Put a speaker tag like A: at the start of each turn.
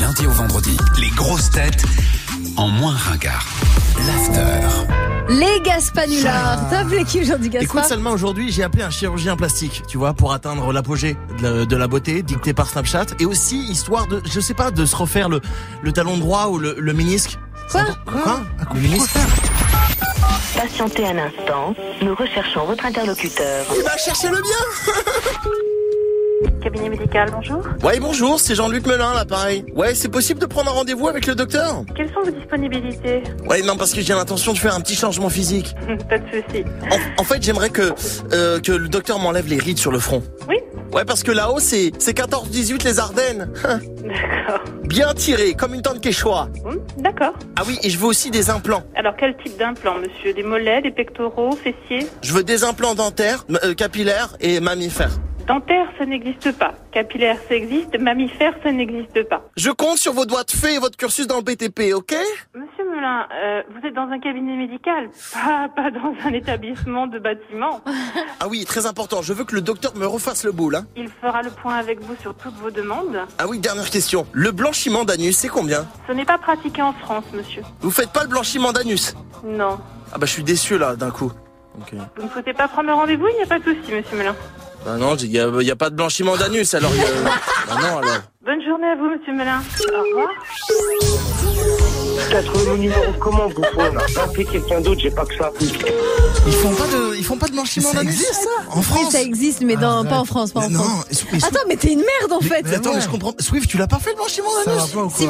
A: lundi au vendredi. Les grosses têtes en moins ringard. L'after.
B: Les Gaspanulars. T'as appelé qui aujourd'hui, Gaspar
C: Écoute seulement aujourd'hui j'ai appelé un chirurgien plastique, tu vois, pour atteindre l'apogée de, la, de la beauté dictée par Snapchat et aussi histoire de, je sais pas, de se refaire le, le talon droit ou le, le ménisque.
B: Quoi
C: Quoi Le ménisque
D: Patientez un instant, nous recherchons votre interlocuteur.
C: Il va chercher Eh ben, le bien
D: Cabinet médical, bonjour.
C: Ouais bonjour, c'est Jean-Luc Melin l'appareil. Ouais c'est possible de prendre un rendez-vous avec le docteur
D: Quelles sont vos disponibilités
C: Ouais non parce que j'ai l'intention de faire un petit changement physique.
D: Pas de souci.
C: En, en fait j'aimerais que, euh, que le docteur m'enlève les rides sur le front.
D: Oui
C: Ouais parce que là-haut c'est c'est 14-18 les Ardennes.
D: D'accord.
C: Bien tiré, comme une tente quechua.
D: Hum, D'accord.
C: Ah oui, et je veux aussi des implants.
D: Alors, quel type d'implant, monsieur Des mollets, des pectoraux, fessiers
C: Je veux des implants dentaires, m- euh, capillaires et mammifères.
D: Dentaire, ça n'existe pas. Capillaire, ça existe. Mammifère, ça n'existe pas.
C: Je compte sur vos doigts de fée et votre cursus dans le BTP, ok
D: Monsieur Melin, euh, vous êtes dans un cabinet médical, pas, pas dans un établissement de bâtiment.
C: Ah oui, très important, je veux que le docteur me refasse le boule. Hein.
D: Il fera le point avec vous sur toutes vos demandes.
C: Ah oui, dernière question. Le blanchiment d'anus, c'est combien
D: Ce n'est pas pratiqué en France, monsieur.
C: Vous faites pas le blanchiment d'anus
D: Non.
C: Ah bah je suis déçu là, d'un coup. Ok.
D: Vous ne souhaitez pas prendre rendez-vous, il n'y a pas de souci, monsieur Melin.
C: Bah non, il y, a- y a pas de blanchiment d'anus, alors... y a- bah non, alors...
D: Bonne journée à vous, monsieur Melin. Au revoir.
E: T'as trouvé mon numéro comment, bouffon, là Rappelez quelqu'un d'autre, j'ai pas que ça.
F: Ils font pas de, Euh, ils font pas de blanchiment
G: Ça
F: d'anus.
G: existe ça En
B: Oui,
G: France
B: ça existe, mais dans,
G: Arrête.
B: pas en France, pas en
G: Mais Non,
B: France.
G: mais- mais-
B: Attends, mais t'es une merde en fait.
G: mais attends, mais
B: Ouais.
G: je comprends.
F: Swift, tu l'as pas fait le blanchiment
G: Ça
F: d'anus
G: va pas ou quoi
B: Si,